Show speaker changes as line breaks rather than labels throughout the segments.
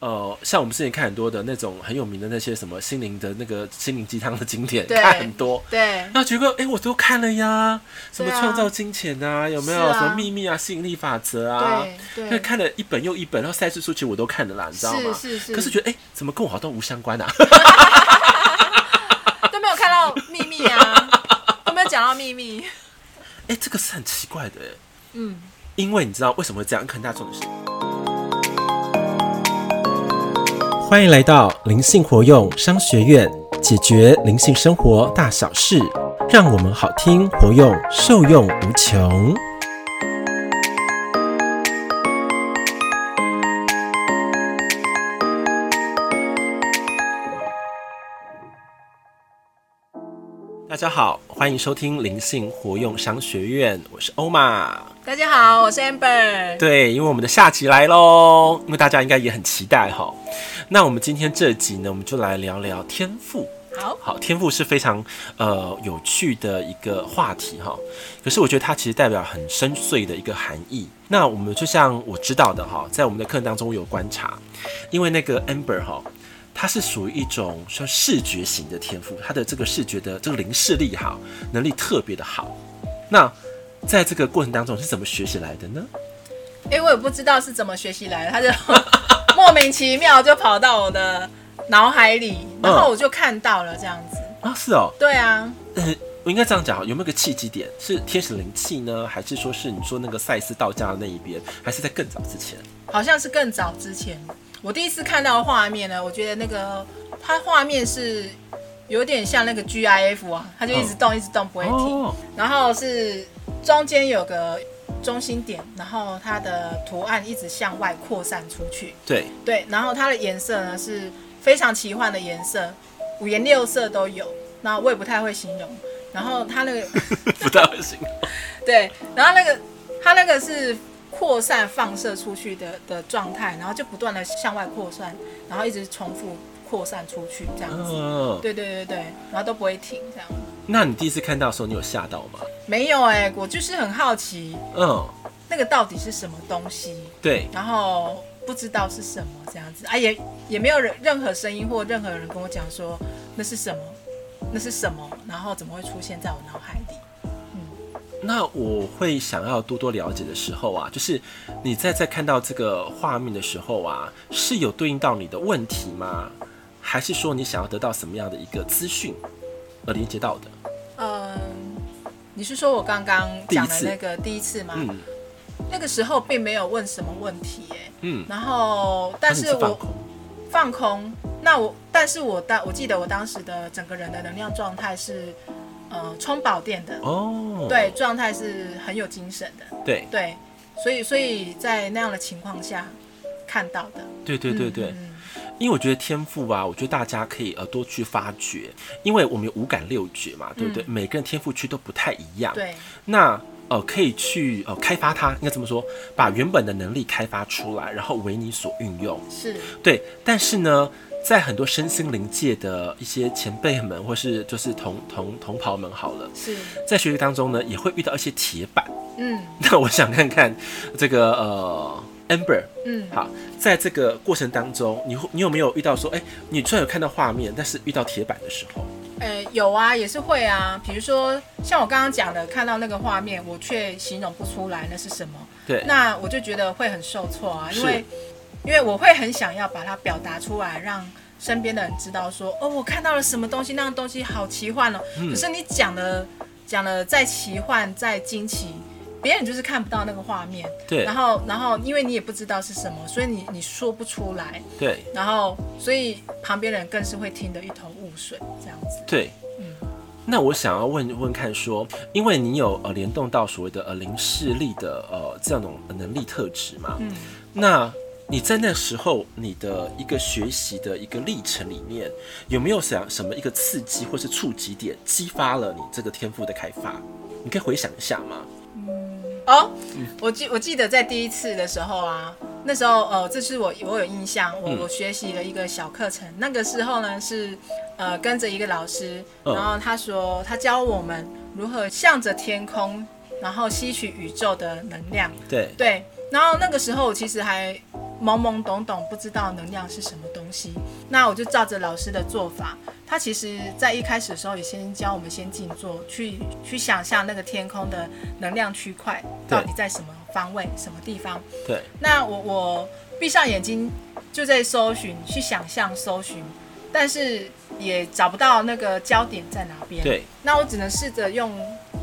呃，像我们之前看很多的那种很有名的那些什么心灵的那个心灵鸡汤的经典，
对
看很多。
对，
那结果，哎、我都看了呀，什么
对啊
创造金钱啊，有没有、
是啊
什么秘密啊、吸引力法则啊？
对对
那看了一本又一本，然后赛事书其实我都看了啦，你知道吗？
是是是
可是觉得，哎、怎么跟我好像都无相关啊？
都没有看到秘密啊，都没有讲到秘密。
哎、这个是很奇怪的，哎
嗯，
因为你知道为什么会这样，很大众的事。欢迎来到灵性活用商学院，解决灵性生活大小事，让我们好听活用，受用无穷。大家好，欢迎收听灵性活用商学院，我是欧玛。
大家好，我是 Amber。
对，因为我们的下集来喽，因为大家应该也很期待哈。那我们今天这集呢，我们就来聊聊天赋。
好，
好，天赋是非常呃有趣的一个话题哈。可是我觉得它其实代表很深邃的一个含义。那我们就像我知道的哈，在我们的课程当中我有观察，因为那个 Amber 哈，它是属于一种算视觉型的天赋，它的这个视觉的这个灵视力哈，能力特别的好。那在这个过程当中是怎么学习来的呢？
因为我也不知道是怎么学习来的，他就 莫名其妙就跑到我的脑海里，然后我就看到了这样子。
啊，是哦，
对啊，
呃，我应该这样讲哈，有没有个契机点？是天使灵气呢，还是说是你说那个赛斯道家的那一边，还是在更早之前？
好像是更早之前，我第一次看到的画面呢，我觉得那个它画面是有点像那个 GIF 啊，它就一直动，一直动，不会停。
哦，
然后是中间有个中心点，然后它的图案一直向外扩散出去。
对，
对，然后它的颜色呢是非常奇幻的颜色，五颜六色都有。那我也不太会形容。然后它那个
不太会形容。
对，然后那个它那个是扩散放射出去的的状态，然后就不断的向外扩散，然后一直重复扩散出去这样子。
嗯，
对对对对，然后都不会停这样。
那你第一次看到的时候，你有吓到吗？
没有哎、我就是很好奇，
嗯，
那个到底是什么东西，
对，
然后不知道是什么这样子啊，也也没有人任何声音或任何人跟我讲说那是什么，那是什么，然后怎么会出现在我脑海里？
那我会想要多多了解的时候啊，就是你在在看到这个画面的时候啊，是有对应到你的问题吗？还是说你想要得到什么样的一个资讯而连接到的？
嗯，你是说我刚刚讲
第一
的
次
那个第一次吗？
嗯
那个时候并没有问什么问题耶、
嗯，
然后但
你
是
是
我
放空，
放空。那我，但是我当我记得我当时的整个人的能量状态是，呃，充饱电的，
哦，
对，状态是很有精神的。
对
对，所以所以在那样的情况下看到的，
对对对对，
嗯
因为我觉得天赋啊，我觉得大家可以呃多去发掘，因为我们有五感六觉嘛，对不
嗯
对？每个人天赋区都不太一样，
对，
那呃可以去呃开发它，应该这么说，把原本的能力开发出来，然后为你所运用。
是，
对，但是呢，在很多身心灵界的一些前辈们，或是就是同同同袍们好了，
是，
在学习当中呢，也会遇到一些铁板。
嗯
那我想看看这个呃 Amber。
嗯，
好，在这个过程当中，你会你有没有遇到说，哎、你虽然有看到画面，但是遇到铁板的时候，
呃，有啊，也是会啊，比如说像我刚刚讲的，看到那个画面，我却形容不出来那是什么，
对，
那我就觉得会很受挫啊，因
是
为因为我会很想要把它表达出来，让。身边的人知道说，哦，我看到了什么东西，那样东西好奇幻哦。可是你讲的讲的再奇幻再惊奇，别人就是看不到那个画面。
对
然，后，然后因为你也不知道是什么，所以你你说不出来，
对，
然后所以旁边人更是会听得一头雾水这样子。
对，
嗯
那我想要问问看说，因为你有呃联动到所谓的呃零视力的呃这样种能力特质嘛，
嗯，
那你在那时候你的一个学习的一个历程里面，有没有想什么一个刺激或是触及点激发了你这个天赋的开发？你可以回想一下吗？
哦，
嗯
我记我记得在第一次的时候啊，那时候呃，这是我我有印象，我
嗯
我学习了一个小课程，那个时候呢是呃跟着一个老师，
嗯
然后他说他教我们如何向着天空，然后吸取宇宙的能量。
对，
对，然后那个时候其实还懵懵懂懂，不知道能量是什么东西。那我就照着老师的做法，他其实在一开始的时候也先教我们先静坐，去去想象那个天空的能量区块
对
到底在什么方位、什么地方。
对，
那我我闭上眼睛就在搜寻，去想象搜寻，但是也找不到那个焦点在哪边。
对，
那我只能试着用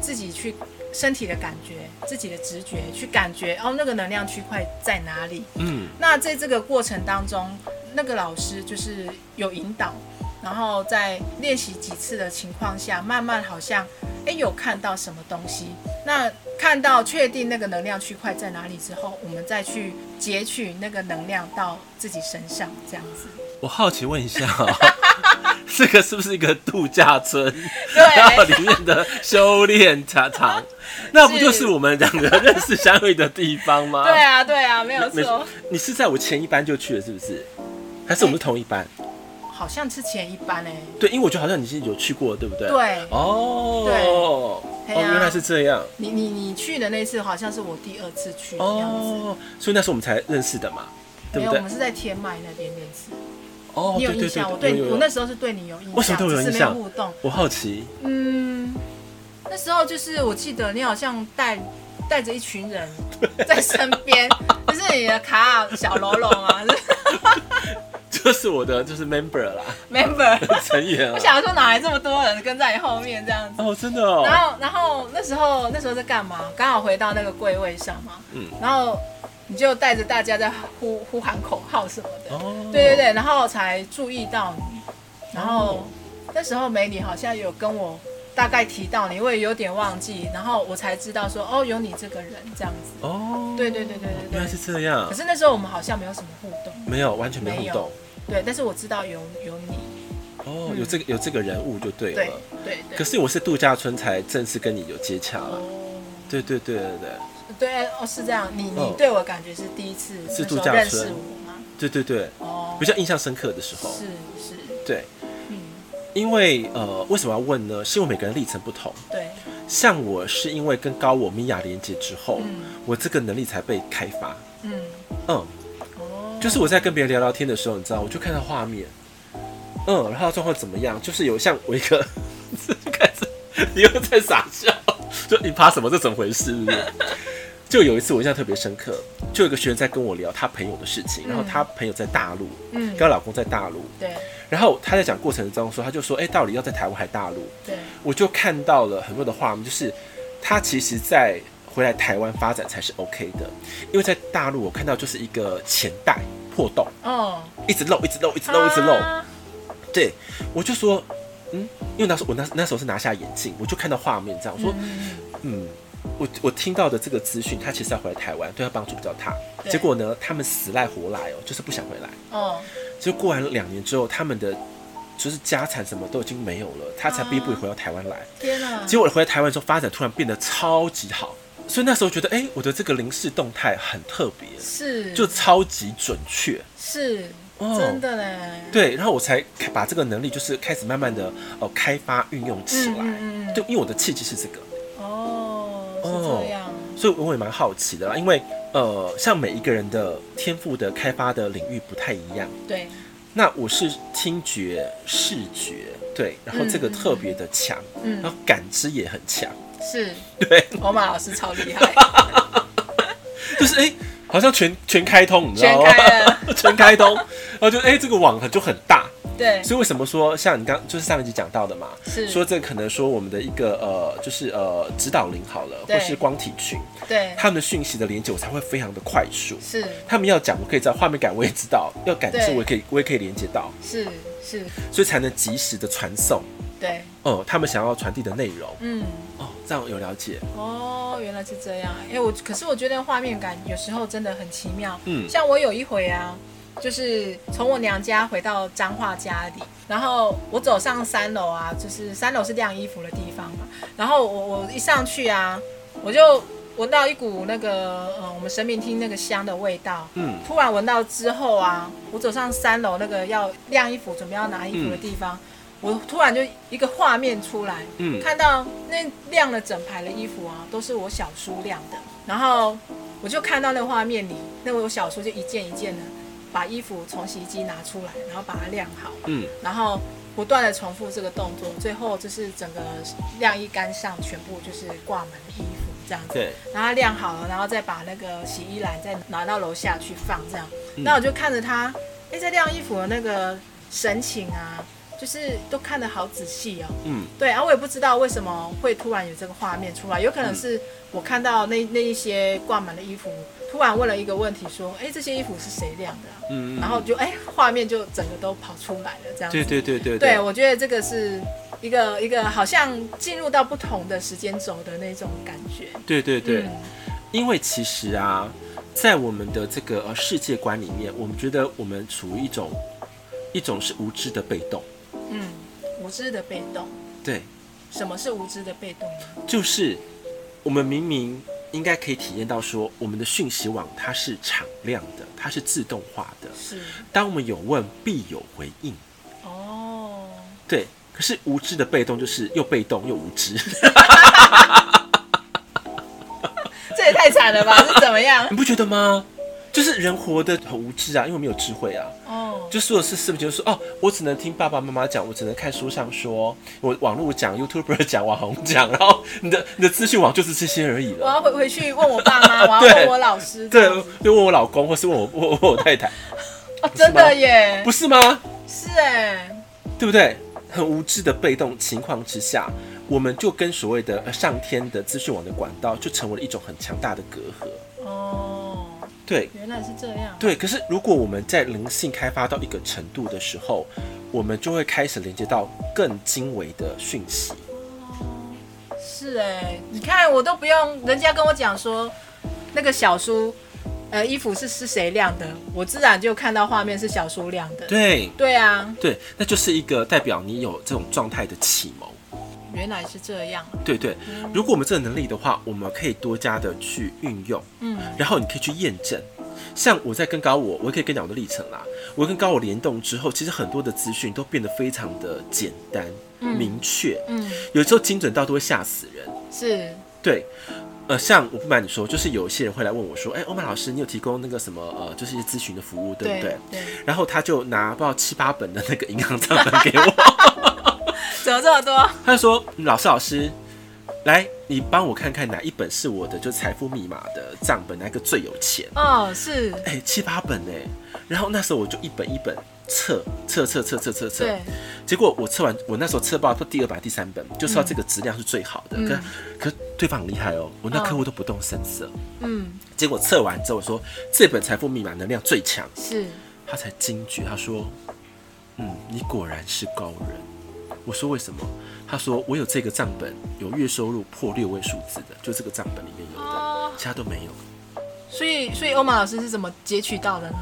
自己去身体的感觉、自己的直觉去感觉，哦，那个能量区块在哪里？
嗯，
那在这个过程当中，那个老师就是有引导，然后在练习几次的情况下，慢慢好像哎有看到什么东西。那看到确定那个能量区块在哪里之后，我们再去截取那个能量到自己身上，这样 子。
我好奇问一下、哦， 这个是不是一个度假村？ 然后
对，
里面的修炼茶场，那不就是
是
我们两个认识相遇的地方吗？
对啊，对啊，没有
没
错，
你是在我前一班就去了，是不是？还是我们是同一班？
好像是前一班哎、
对，因为我觉得好像你是有去过，对不对？。
对，
哦。
对
哦，
嘿啊
原来是这样。
你你你去的那次好像是我第二次去的样子，
哦，所以那时候我们才认识的嘛，对不
没有，我
对
们？是在天麦那边认识。
哦，
你有
对
印
对对
象？，我
对有
对你
有
我
有
那时候是对你有印象，
为什么对我有
只是
印
没
象
互动。
我好奇，
嗯，那时候就是我记得你好像带带着一群人在身边，就是你的卡尔小喽啰啊就是
就是我的就是 member 啦，
，member。
成员
我
啊。
想说哪来这么多人跟在你后面这样子？
哦，真的哦。
然后，然后那时候那时候在干嘛？刚好回到那个柜位上嘛，
嗯
然后你就带着大家在呼呼喊口号什么的，
哦，
对对对，然后才注意到你，然后
哦
那时候美女好像有跟我大概提到你，我也有点忘记，然后我才知道说哦有你这个人这样子，
哦，
对对对对对对
原来是这样
可，是那时候我们好像没有什么互动，
没有完全没
没
互
有
动。
对，但是我知道有有你，
哦，
嗯
有这个有这个人物就对
对
了。
对对，
可是我是度假村才正式跟你有接洽了。
哦。
对对对对对
对哦，是这样。你
哦
你对我感觉是第一次
是
那时候
度假村
认识我吗？
对对对，
哦
比，较印象深刻的时候。
是是，
对，
嗯，
因为呃，为什么要问呢？是因为每个人历程不同。
对，
像我是因为跟高我米娅连接之后，
嗯
我这个能力才被开发。
嗯，
嗯，
哦，
就是我在跟别人聊聊天的时候，你知道，我就看到画面，嗯，然后状况怎么样？就是有像我一个， 开始你又在傻笑，就你怕什么？这怎么回事？是不是就有一次我印象特别深刻，就有一个学员在跟我聊他朋友的事情，然后他朋友在大陆，
嗯
跟，她老公在大陆，
对
然后他在讲过程中说，他就说，哎、到底要在台湾还大陆？
对，
我就看到了很多的画面，就是他其实在回来台湾发展才是 OK 的，因为在大陆我看到就是一个钱袋破洞，
哦，
一直漏，一直漏，一直漏，一直漏。
啊
对，我就说，嗯，因为那时候我那那时候是拿下眼镜，我就看到画面这样，我说，
嗯
嗯。我我听到的这个资讯，他其实要回来台湾，对他帮助比较大。
对
结果呢，他们死赖活赖哦，就是不想回来。
哦，
结果过完两年之后，他们的就是家产什么都已经没有了，他才逼
啊
不得已回到台湾来。
天哪！
结果我回来台湾之后，发展突然变得超级好，所以那时候觉得，哎、我的这个零式动态很特别，
是
就超级准确。
是、
哦
真的嘞，
对，然后我才开把这个能力就是开始慢慢的哦开发运用起来。
嗯嗯嗯
对，因为我的契机是这个，
哦，是
哦
这样，
所以我也蛮好奇的啦。因为呃，像每一个人的天赋的开发的领域不太一样。
对，
那我是听觉、视觉，对，然后这个
嗯嗯
特别的强，然
嗯，
后感知也很强，
是
对，
欧马老师超厉害，
就是哎、诶好像全全开通，你知
全
道吗？
开了，
全开通，然后就哎、这个网很就很大，
对，
所以为什么说像你刚就是上一集讲到的嘛，
是
说这可能说我们的一个呃，就是呃指导灵好了，或
对
是光体群，
对，
他们的讯息的连接我才会非常的快速。
是
他们要讲，我可以在画面感我也知道，要感知
对
我也可以，我也可以连接到，
是是，
所以才能及时的传送，
对，
哦、他们想要传递的内容。
嗯，
哦，这样有了解，
哦，原来是这样，哎、我可是我觉得画面感有时候真的很奇妙，
嗯
像我有一回啊，就是从我娘家回到彰化家里，然后我走上三楼啊，就是三楼是晾衣服的地方嘛，然后我我一上去啊，我就闻到一股那个呃我们神明厅那个香的味道，
嗯，
突然闻到之后啊，我走上三楼那个要晾衣服，准备要拿衣服的地方，我突然就一个画面出来，
嗯
看到那晾了整排的衣服啊，都是我小叔晾的，然后我就看到那画面里那我小叔就一件一件的把衣服从洗衣机拿出来，然后把它晾好，
嗯，
然后不断的重复这个动作，最后就是整个晾衣杆上全部就是挂满了衣服这样子。
对，
然后它晾好了，然后再把那个洗衣篮再拿到楼下去放，这样。
嗯
那我就看着他，哎，在晾衣服的那个神情啊，就是都看得好仔细哦。
嗯
对，然后我也不知道为什么会突然有这个画面出来，有可能是我看到那那一些挂满了衣服，突然问了一个问题，说，哎，这些衣服是谁晾的啊、
嗯，嗯
然后就哎，画面就整个都跑出来了，这样子。
对对对对
对，我觉得这个是一个一个好像进入到不同的时间轴的那种感觉。
对对对，
嗯
因为其实啊，在我们的这个呃世界观里面，我们觉得我们处于一种一种是无知的被动，
嗯，无知的被动，
对，
什么是无知的被动呢？
就是我们明明应该可以体验到说，我们的讯息网它是敞亮的，它是自动化的，
是
当我们有问必有回应，
哦，
对。可是无知的被动就是又被动又无知，
这也太惨了吧？是怎么样？
你不觉得吗？就是人活得很无知啊，因为我们有智慧啊。
哦，
就所有事事情就是说哦，我只能听爸爸妈妈讲，我只能看书上说，我网络讲、YouTuber 讲、网红讲，然后你的你的资讯网就是这些而已
我
了。
要回回去问我爸妈，我要
对
问我老师，哦
对
这样子，
就问我老公，或是问我问我问我太太，
哦，真的耶
不，是吗？
是哎，
对不对？很无知的被动情况之下，我们就跟所谓的呃上天的资讯网的管道，就成为了一种很强大的隔阂。
哦，
对
原来是这样，
对，可是如果我们在灵性开发到一个程度的时候，我们就会开始连接到更精微的讯息。
是哎，你看我都不用人家跟我讲说那个小叔，呃，衣服是是谁晾的，我自然就看到画面是小叔晾的，
对，
对啊，
对，那就是一个代表你有这种状态的启蒙。
原来是这样，
对对，
嗯
如果我们这个能力的话，我们可以多加的去运用，
嗯，
然后你可以去验证。像我在跟高我，我也可以跟你讲我的历程啦。我跟高我联动之后，其实很多的资讯都变得非常的简单、明确，
嗯，
有时候精准到都会吓死人。
是，
对，呃，像我不瞒你说，就是有一些人会来问我说：“哎、欧曼老师，你有提供那个什么呃，就是一些咨询的服务，对不对？”
对。
然后他就拿不知道七八本的那个银行账本给我，
怎么这么多？
他就说：“老师，老师，来，你帮我看看哪一本是我的，就财富密码的账本，哪一个最有钱
哦，是，？”
哎、七八本哎、然后那时候我就一本一本测测测测测测测
对，，
结果我测完，我那时候测报到第二版、第三本，就知道这个质量是最好的。
嗯
可可对方很厉害哦，我那客户都不动声色。
嗯，
结果测完之后，我说这本财富密码能量最强，
是，
他才惊觉，他说：“嗯，你果然是高人。”我说：“为什么？”他说：“我有这个账本，有月收入破六位数字的，就这个账本里面有的，
哦，
其他都没有。
所以，所以欧玛老师是怎么截取到的呢？”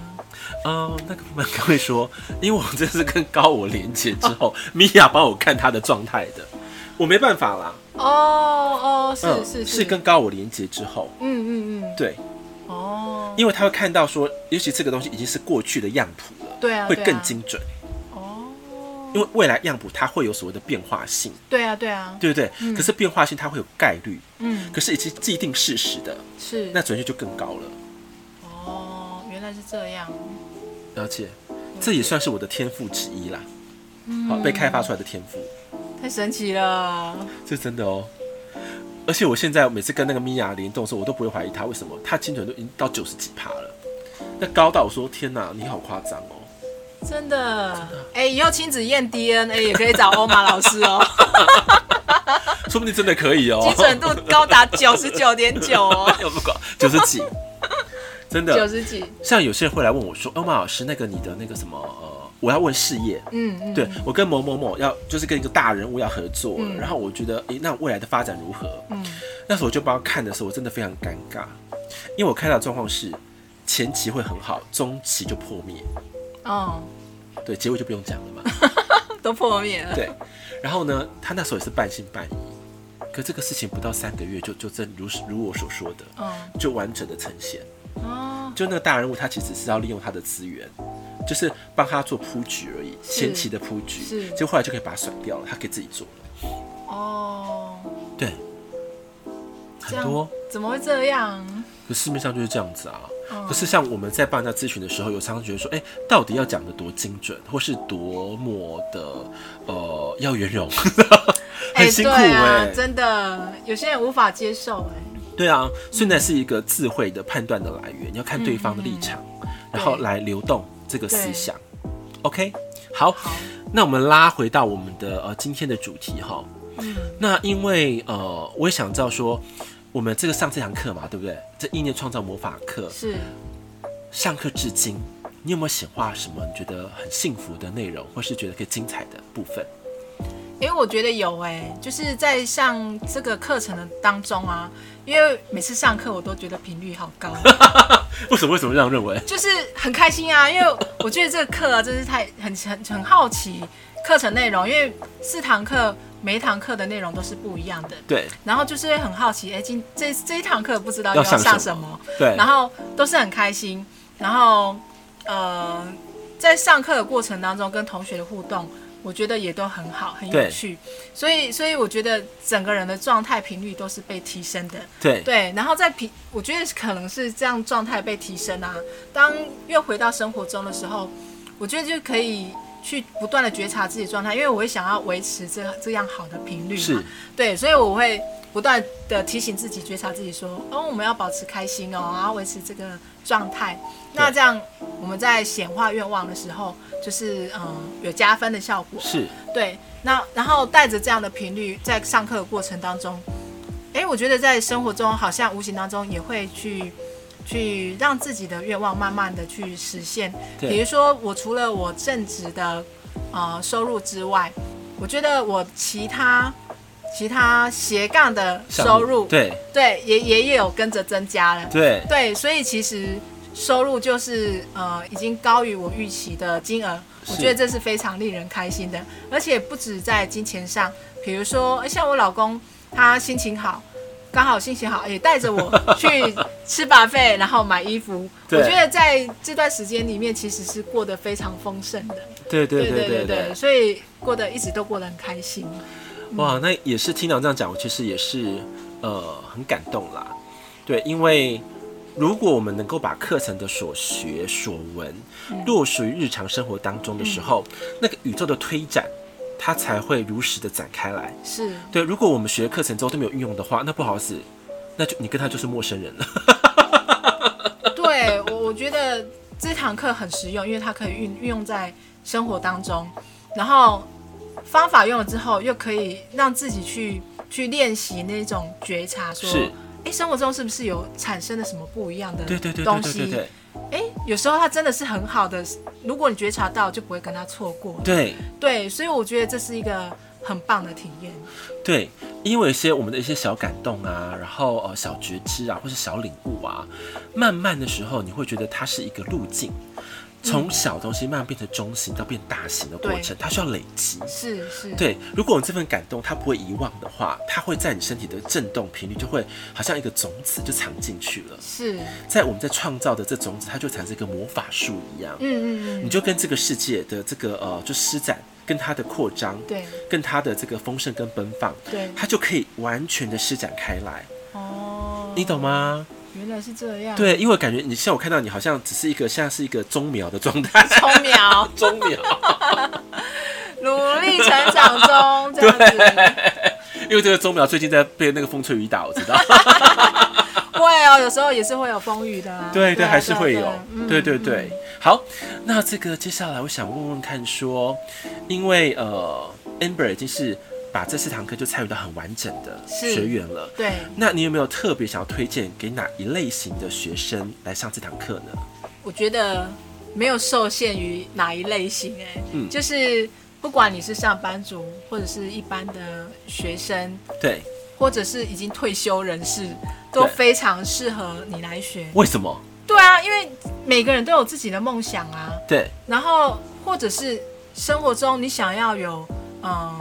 呃，那个部门跟会说，因为我这是跟高我连接之后，米娅帮我看她的状态的，我没办法啦。
哦哦，是
嗯，
是
跟，高我连接之后，
嗯嗯嗯，
对，
哦，
因为他会看到说，也许这个东西已经是过去的样谱了，
对啊，
会
对啊
更，精准，
哦，
因为未来样谱它会有所谓的变化性。
对啊对啊，
对不对？
嗯
可是变化性它会有概率，
嗯，
可是已经既定事实的，
是，
那准确就更高了。
哦，原来是这样，
了解，这也算是我的天赋之一啦。
嗯
好，被开发出来的天赋，
太神奇了，
这真的哦。而且我现在每次跟那个米娅联动的时候，我都不会怀疑她为什么她精准度已经到九十几趴了，那高到我说天哪，你好夸张哦。
真的，哎，以后亲子验 DNA 也可以找欧玛老师 哦，
说不定真的可以哦，
精准度高达九十九点九 哦，
又不管九十几，真
九
的。
十几，
像有些人会来问我说：“欧玛老师，那个你的那个什么呃，我要问事业，
嗯嗯，
对我跟某某某要就是跟一个大人物要合作了，
嗯
然后我觉得诶，那未来的发展如何？
嗯，
那时候我就帮他看的时候，我真的非常尴尬，因为我看到的状况是前期会很好，中期就破灭，
哦，
对，结尾就不用讲了嘛，
都破灭了。
对。然后呢，他那时候也是半信半疑，可这个事情不到三个月就就真如如我所说的，
嗯
就完整的呈现。
哦，
就那个大人物，他其实是要利用他的资源，就是帮他做铺局而已，
是
前期的铺局，
是
结果后来就可以把他甩掉了，他可以自己做了，
哦，
对，
这
很
样
多。
怎么会这样？
可市面上就是这样子啊，
嗯
可是像我们在帮人家咨询的时候，有常常觉得说，哎、到底要讲的多精准，或是多么的呃要圆 融，很辛苦
对
哎、
啊，真的，有些人无法接受哎、
对啊，所以那是一个智慧的判断的来源，你要看对方的立场，
嗯
然后来流动这个思想。OK，好，
好，
那我们拉回到我们的呃今天的主题哈。
嗯，
那因为呃，我也想知道说，我们这个上这堂课嘛，对不对？这意念创造魔法课
是
上课至今，你有没有显化什么你觉得很幸福的内容，或是觉得可以精彩的部分？
因为我觉得有哎、就是在上这个课程的当中啊，因为每次上课我都觉得频率好高，
为什么为什么这样认为？
就是很开心啊，因为我觉得这个课啊，真是太很很很好奇课程内容，因为四堂课每一堂课的内容都是不一样的，
对
然后就是会很好奇，哎、今这这一堂课不知道
要
要
上
上
什么
什么，
对
然后都是很开心，然后呃，在上课的过程当中跟同学的互动，我觉得也都很好，很
对
有趣，所以所以我觉得整个人的状态频率都是被提升的，
对
对，然后在平，我觉得可能是这样状态被提升啊。当越回到生活中的时候，我觉得就可以去不断的觉察自己的状态，因为我会想要维持这这样好的频率嘛
是。
对，所以我会不断的提醒自己，觉察自己说，哦，我们要保持开心哦，然后维持这个状态。那
对
这样我们在显化愿望的时候，就是嗯有加分的效果。
是，
对，那然后带着这样的频率，在上课的过程当中，哎，我觉得在生活中好像无形当中也会去去让自己的愿望慢慢的去实现。
对
比如说，我除了我正职的呃收入之外，我觉得我其他其他斜杠的收入，
对
对也也也有跟着增加了。
对
对，所以其实收入就是呃已经高于我预期的金额，我
是
觉得这是非常令人开心的，而且不止在金钱上，比如说呃像我老公他心情好。刚好心情好，也带 着我去吃把费，然后买衣服。我
对
觉得在这段时间里面，其实是过得非常丰盛的。
对对对
对
对对
对，所以过得一直都过得很开心。嗯
哇，那也是听到这样讲，我其实也是呃很感动啦。对，因为如果我们能够把课程的所学所闻落属于日常生活当中的
嗯
时候，那个宇宙的推展，它才会如实的展开来。
是，
对，如果我们学了课程之后都没有运用的话，那不好意思，那就你跟他就是陌生人了。
对我，我觉得这堂课很实用，因为它可以运运用在生活当中，然后方法用了之后，又可以让自己去去练习那种觉察，说
是，
哎，生活中是不是有产生了什么不一样的
对对对对
东
对对
西？
对
哎，有时候它真的是很好的，如果你觉察到，就不会跟它错过。
对。
对，所以我觉得这是一个很棒的体验。
对，因为有一些我们的一些小感动啊，然后呃小觉知啊，或是小领悟啊，慢慢的时候你会觉得它是一个路径，从小东西慢慢变成中型到变大型的过程，它需要累积。
是是，
对，如果我们这份感动它不会遗忘的话，它会在你身体的震动频率就会好像一个种子就藏进去了，
是，
在我们在创造的这种子，它就产生一个魔法树一样，
嗯嗯
你
嗯，
就跟这个世界的这个呃就施展跟它的扩张，
对
跟它的这个丰盛跟奔放，
对，
它就可以完全的施展开来，
哦，
你懂？吗？
原来是这样。
对，因为感觉你像我看到你好像只是一个像是一个中苗的状 态，
聪哦苗，
中苗，
努力成长中， 这样子。
因为这个中苗最近在被那个风吹雨打，我知道，
会哦，有时候也是会有风雨的啊、
对对，
啊
还是会有
对啊，嗯
对对对。好，那这个接下来我想问问看说，因为呃，Amber 已经是把这四堂课就参与到很完整的
是
学员了。
对，
那你有没有特别想要推荐给哪一类型的学生来上这堂课呢？
我觉得没有受限于哪一类型、哎、
嗯
就是不管你是上班族，或者是一般的学生，
对，
或者是已经退休人士，都
对
非常适合你来学。
为什么？
对啊，因为每个人都有自己的梦想啊。
对，
然后或者是生活中你想要有嗯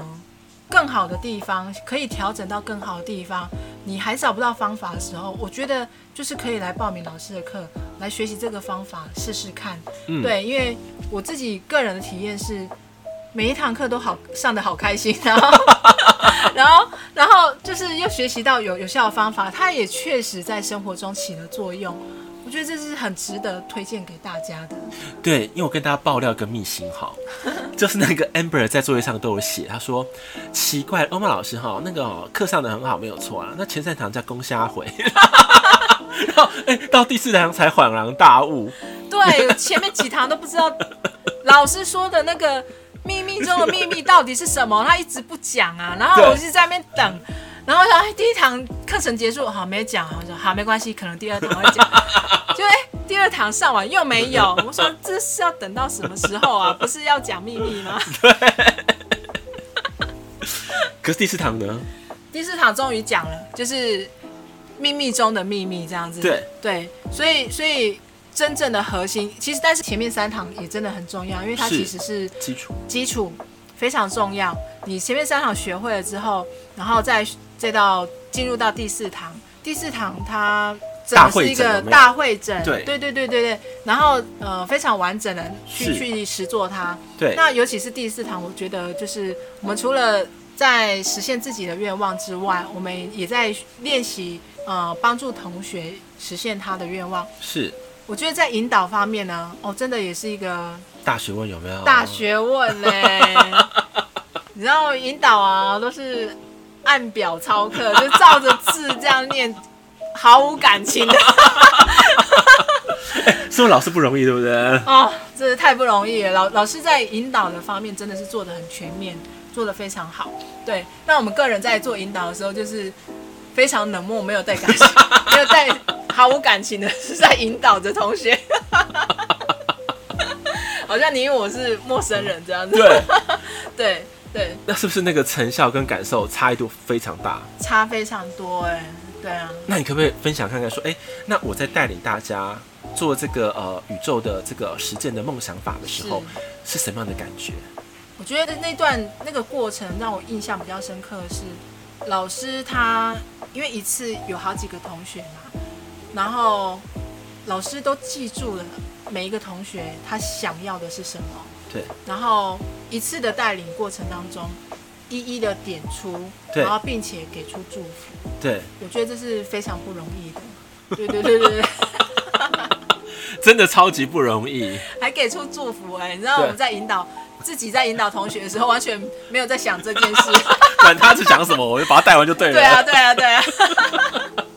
更好的地方，可以调整到更好的地方，你还找不到方法的时候，我觉得就是可以来报名老师的课，来学习这个方法试试看。
嗯
对，因为我自己个人的体验是，每一堂课都好上的好开心，然后然后然后就是又学习到有有效的方法，它也确实在生活中起了作用。我觉得这是很值得推荐给大家的。
对，因为我跟大家爆料一个秘辛 哈，就是那个 Amber 在作业上都有写，他说奇怪，欧曼老师哈，那个哦课上的很好没有错啊，那前三堂叫攻虾回， 然后哎、到第四堂才恍然大悟，
对，前面几堂都不知道老师说的那个秘密中的秘密到底是什么，他一直不讲啊。然后
对
我就在那边等，然后他哎第一堂课程结束，好没讲，我说好没关系，可能第二堂会讲。就哎、第二堂上完又没有，我说这是要等到什么时候啊？不是要讲秘密吗？
可是第四堂呢？
第四堂终于讲了，就是秘密中的秘密这样子。
对
对，所以所以真正的核心，其实但是前面三堂也真的很重要，因为它
是
其实是
基础
基础非常重要。你前面三堂学会了之后，然后再再到进入到第四堂，第四堂它真的是一个
大
大会诊，
对
对对对对对，然后呃非常完整的去
是
去实做它。
对
那尤其是第四堂，我觉得就是我们除了在实现自己的愿望之外，我们也在练习呃帮助同学实现他的愿望。
是
我觉得在引导方面呢，哦，真的也是一个
大学问有没有？
大学问嘞、你知道引导啊，都是按表操课，就照着字这样念，毫无感情的
是不是老师不容易，对不 对？
哦，真的太不容易了。老老师在引导的方面真的是做的很全面，做的非常好。对，那我们个人在做引导的时候，就是非常冷漠，没有带感情，没有带毫无感情的是在引导着同学。好像你我是陌生人这样子，
对，
对对，
那是不是那个成效跟感受差异度非常大？
差非常多哎、对啊，
那你可不可以分享看看说，哎、那我在带领大家做这个呃宇宙的这个实践的梦想法的时候，是什么样的感觉？
我觉得那段那个过程让我印象比较深刻的是，老师他因为一次有好几个同学嘛，然后老师都记住了每一个同学他想要的是什么，
对，
然后一次的带领过程当中，一一的点出，
对
然后并且给出祝福，
对，
我觉得这是非常不容易的。对对对对对。
真的超级不容易。
还给出祝福哎、你知道我们在引导自己在引导同学的时候，完全没有在想这件 事。
管他是讲什么，我就把他带完就对了。
对啊，对啊，对啊，啊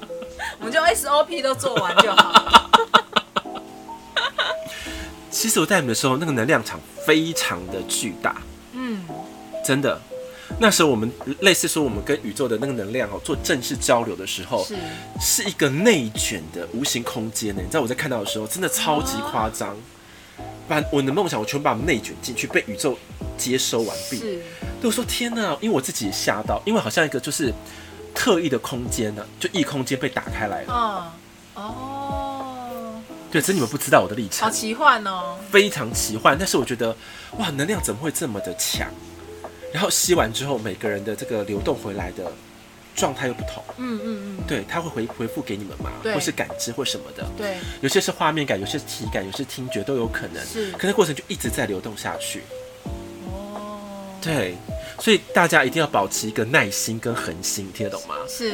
我们就 SOP 都做完就好。
其实我带你们的时候，那个能量场非常的巨大，
嗯，
真的。那时候我们类似说，我们跟宇宙的那个能量哦，做正式交流的时候，
是
是一个内卷的无形空间呢。你知道我在看到的时候，真的超级夸张，把我的梦想我全部把我内卷进去，被宇宙接收完毕。
是，
对我说天哪，因为我自己也吓到，因为好像一个就是特异的空间呢、就异空间被打开来了。
嗯，哦，
对，只是你们不知道我的历
好
程，
奇幻哦，
非常奇幻。但是我觉得哇，能量怎么会这么的强？然后吸完之后，每个人的这个流动回来的状态又不同，
嗯嗯嗯，
对，它会回回复给你们嘛，
对
或是感知或什么的。
对，
有些是画面感，有些是体感，有些听觉都有可能。
是
可是过程就一直在流动下去。
哦，
对，所以大家一定要保持一个耐心跟恒心，听得懂吗？
是，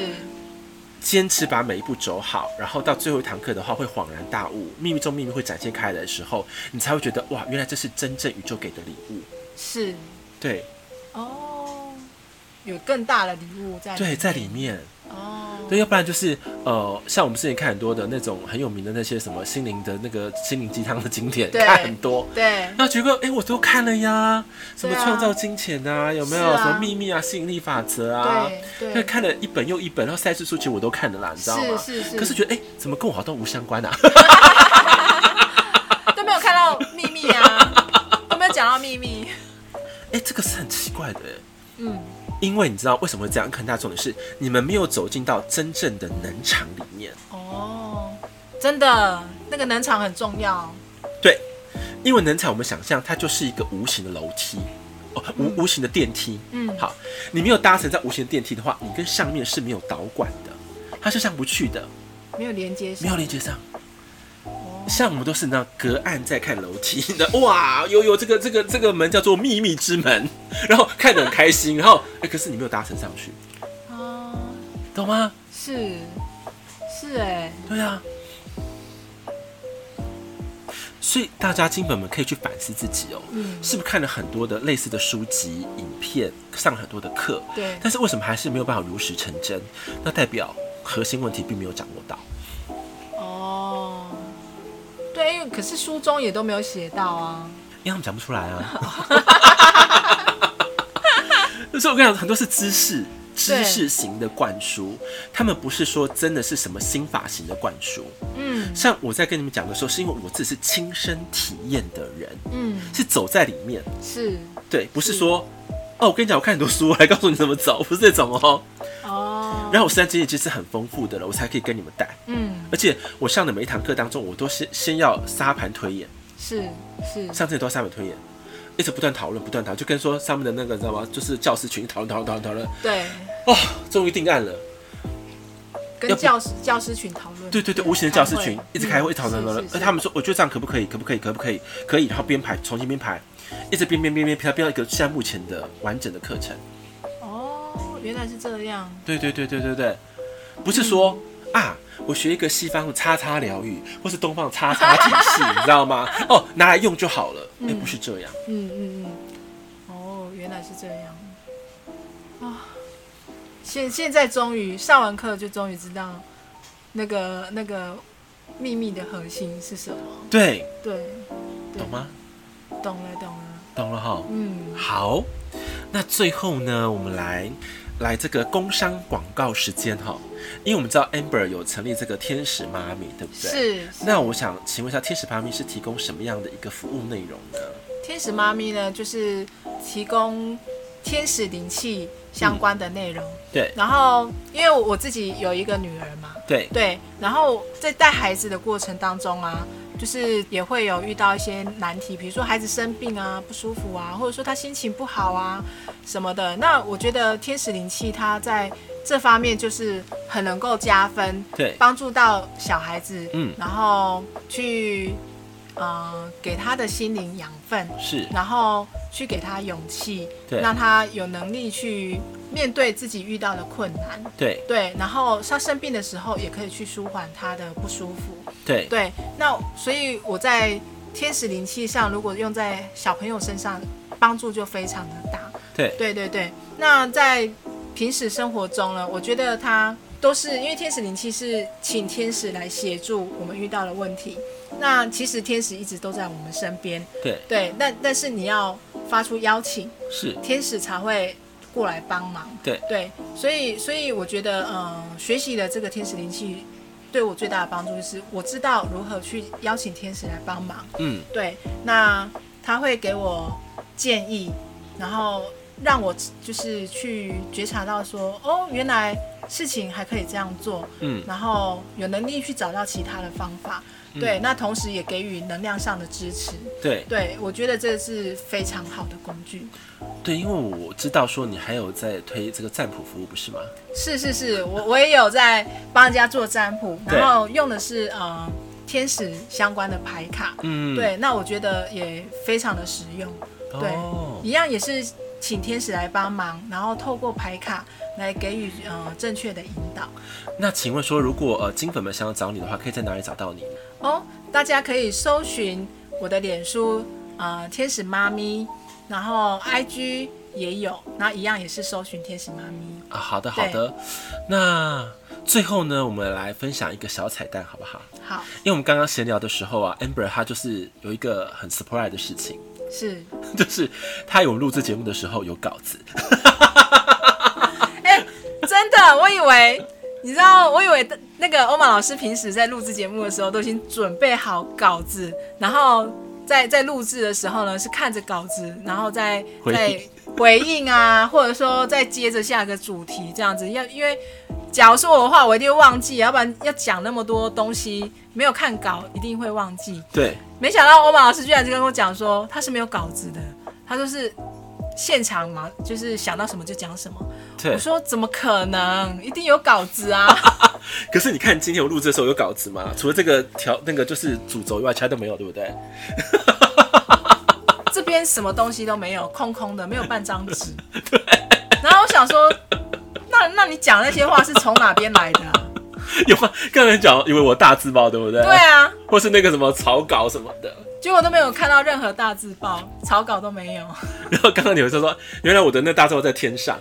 坚持把每一步走好，然后到最后一堂课的话，会恍然大悟，秘密中秘密会展现开来的时候，你才会觉得哇，原来这是真正宇宙给的礼物。
是，
对
哦，有更大的礼物在，
对，在里，面。
哦，
对，要不然就是呃，像我们之前看很多的那种很有名的那些什么心灵的那个心灵鸡汤的经典，
对
看很多。
对，
那结果，哎、我都看了呀，什么
对啊
创造金钱啊，有没有、
是啊
什么秘密啊、吸引力法则啊？
对
那
对，
看了一本又一本，然后赛事书其实我都看了啦，你知道吗？
是是是
可是觉得，哎、怎么跟我好像无相关啊？
都没有看到秘密啊，都没有讲到秘密。
哎、这个是很奇怪的、哎
嗯，
因为你知道为什么会这样？很大重点是你们没有走进到真正的能场里面。
哦，真的，那个能场很重要。
对，因为能场我们想象它就是一个无形的楼梯，哦，无无形的电梯。
嗯
好，你没有搭乘在无形的电梯的话，你跟上面是没有导管的，它是上不去的，
没有连接
没
上。
有连接上。
哦
像我们都是那样隔岸在看楼梯 的，哇，有有这个这个这个门叫做秘密之门， 然后看得很开心，然后哎、可是你没有搭乘上去，
哦，
懂吗？
是是哎、
对啊，所以大家金粉们可以去反思自己哦，是不是看了很多的类似的书籍、影片，上了很多的课，
对
但是为什么还是没有办法如实成真？那代表核心问题并没有掌握到。
哦，对，因为可是书中也都没有写到啊。
因为他们讲不出来啊。所以我跟你讲，很多是知识。知识型的灌输，他们不是说真的是什么心法型的灌输。
嗯
像我在跟你们讲的时候，是因为我自己是亲身体验的人，
嗯，
是走在里面。
是
对，不是
是
说哦，我跟你讲，我看很多书，我来告诉你怎么走，不是这种哦。
哦，
然后我实战经验其实很丰富的了，我才可以跟你们带。
嗯
而且我上的每一堂课当中，我都先先要沙盘推演，
是是
上次都要三本推演，一直不断讨论，不断讨论，就跟说上面的那个你知道吗？就是教师群讨论，讨论，讨论，讨论，
对，
哦，终于定案了。要
跟
不
教师教师群讨论，
对对对，无形的教师群一直开会，一直嗯讨论，讨论。而他们说，我觉得这样可不可以？可不可以？可不可以？可以，然后编排，重新编排，一直编编编编，编编到一个现在目前的完整的课程。
哦，原来是这样，
对对对对对对，不是说啊，我学一个西方的叉叉疗愈，或是东方的叉叉体系，你知道吗？哦，拿来用就好了。哎，不是这样。
嗯嗯嗯，哦，原来是这样啊。现现在终于上完课就终于知道那个那个秘密的核心是什么，
对，
对，对
懂？吗？
懂了懂了，
懂了哈。
嗯，
好，那最后呢，我们来来这个工商广告时间哈，因为我们知道 Amber 有成立这个天使妈咪，对不对？。
是
那我想请问一下，天使妈咪是提供什么样的一个服务内容呢？
天使妈咪呢，就是提供天使灵气相关的内容。
对
然后，因为我自己有一个女儿嘛，
对
对，然后在带孩子的过程当中啊，就是也会有遇到一些难题，比如说孩子生病啊、不舒服啊，或者说他心情不好啊什么的。那我觉得天使灵气它在这方面就是很能够加分，
对
帮助到小孩子，
嗯
然后去呃给他的心灵养分，
是，
然后去给他勇气，
对
让他有能力去面对自己遇到的困难。
对
对，然后他生病的时候也可以去舒缓他的不舒服。
对
对，那所以我在天使灵气上，如果用在小朋友身上，帮助就非常的大。
对
对对对，那在平时生活中呢，我觉得它都是因为天使灵气是请天使来协助我们遇到的问题。那其实天使一直都在我们身边，
对
对，但但是你要发出邀请，
是，
天使才会过来帮忙。
对
对，所以所以我觉得，嗯，学习的这个天使灵气对我最大的帮助就是，我知道如何去邀请天使来帮忙。
嗯
对，那他会给我建议，然后让我就是去觉察到说，哦，原来事情还可以这样做，
嗯
然后有能力去找到其他的方法。对，那同时也给予能量上的支持。
对
对，我觉得这是非常好的工具。
对，因为我知道说你还有在推这个占卜服务，不是吗？
是是是，我我也有在帮人家做占卜，
对
然后用的是呃天使相关的牌卡，
嗯，
对，那我觉得也非常的实用，对，
哦
一样也是请天使来帮忙，然后透过牌卡来给予呃正确的引导。
那请问说，如果呃金粉们想要找你的话，可以在哪里找到你？
哦，大家可以搜寻我的脸书，呃，天使妈咪，然后 IG 也有，然后一样也是搜寻天使妈咪。
啊，好的好的。那最后呢，我们来分享一个小彩蛋，好不好？
好，
因为我们刚刚闲聊的时候啊，Amber 她就是有一个很 surprise 的事情，
是，
就是她有录制节目的时候有稿子，
哎、 真的，我以为。你知道，我以为那个欧玛老师平时在录制节目的时候都已经准备好稿子，然后在在录制的时候呢是看着稿子，然后再
回应
再回应啊，或者说再接着下个主题这样子。要因为假如是我的话，我一定会忘记，要不然要讲那么多东西，没有看稿一定会忘记。
对，
没想到欧玛老师居然就跟我讲说他是没有稿子的，他就是现场嘛，就是想到什么就讲什么。
对
我。说怎么可能？一定有稿子啊！
可是你看今天我录制的时候有稿子吗？除了这个条那个就是主轴以外，其他都没有，对不对？
这边什么东西都没有，空空的，没有半张纸。 然后我想说，那那你讲那些话是从哪边来的、啊？
有吗？刚才讲以为我大字报，对不对？
对啊，
或是那个什么草稿什么的，
结果都没有看到任何大字报，草稿都没有。
然后刚刚你们就说，原来我的那大字报在天上，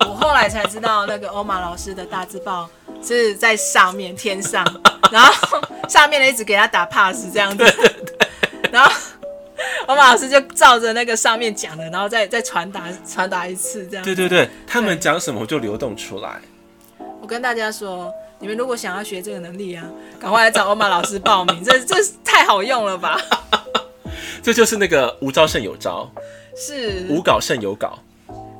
我后来才知道，那个欧玛老师的大字报是在上面天上，然后下面的一直给他打 pass 这样子， 然后欧玛老师就照着那个上面讲的，然后再再传达传达一次这样。
对对对，他们讲什么我就流动出来。
我跟大家说，你们如果想要学这个能力啊，赶快来找欧玛老师报名，这这太好用了吧？
这就是那个无招胜有招，
是
无稿胜有稿。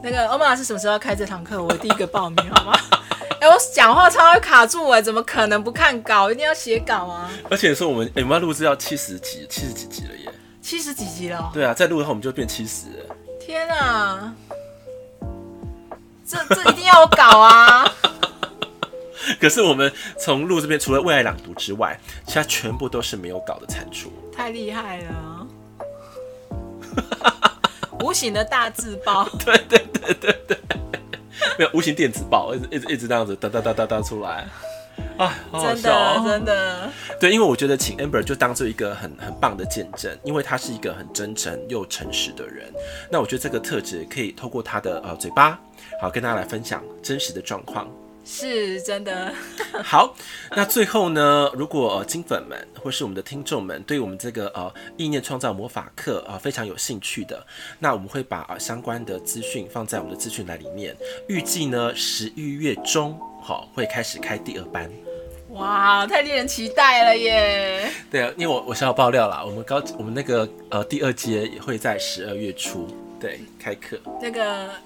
那个欧玛老师什么时候要开这堂课？我第一个报名好吗？ 哎、我讲话超会卡住哎、怎么可能不看稿？一定要写稿啊！
而且说我们、欸我们要录制到七十集，七十几集了耶。
七十几集了哦、
对啊，再录的话我们就变七十。
天啊！这这一定要我搞啊！
可是我们从录这边除了未来朗读之外，其他全部都是没有稿的产出。
太厉害了啊，无形的大字 报。
没有无形电子报，一直一直一直这样子哒哒哒哒哒出来，啊，好好
真
笑、
的
哦。
真的，
对，因为我觉得请 Amber 就当做一个很很棒的见证，因为他是一个很真诚又诚实的人。那我觉得这个特质可以透过他的呃嘴巴，好跟大家来分享真实的状况。
是真的，
好，那最后呢，如果、呃、金粉们或是我们的听众们对我们这个呃意念创造魔法课啊、呃非常有兴趣的，那我们会把、呃、相关的资讯放在我们的资讯栏里面。预计呢十一月中好、会开始开第二班。
哇，太令人期待了耶！
对啊，因为我我小小爆料啦，我们高我们那个呃第二阶也会在十二月初对开课。
那个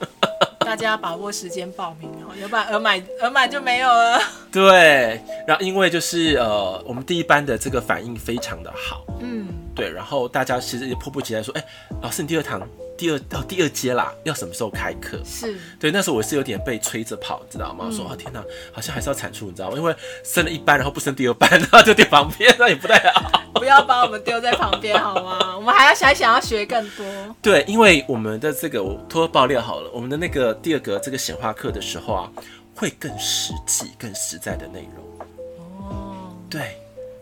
大家把握时间报名哦，要不然额满额满就没有了。
对，然后因为就是呃我们第一班的这个反应非常的好，
嗯，
对，然后大家其实也迫不及待说，哎、老师你第二堂第二到、哦、第二阶啦，要什么时候开课？
是
对，那时候我是有点被催着跑，你知道吗？我说哦天哪，好像还是要产出，你知道吗？因为升了一班，然后不升第二班， 然后就丢旁边，那也不太好。
不要把我们丢在旁边好 吗？我们还要想想要学更多。
对，因为我们的这个我偷偷爆料好了，我们的那个第二个这个显化课的时候啊，会更实际、更实在的内容。
哦，
对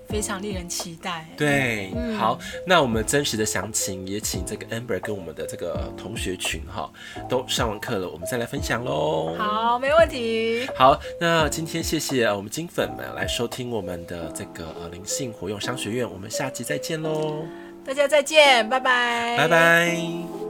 非常令人期待。
对，好，那我们真实的详情也请这个 Amber 跟我们的这个同学群哈，都上完课了，我们再来分享喽。
好，没问题。
好，那今天谢谢呃我们金粉们来收听我们的这个呃灵性活用商学院，我们下集再见喽，
哎大家再见，拜拜，
拜拜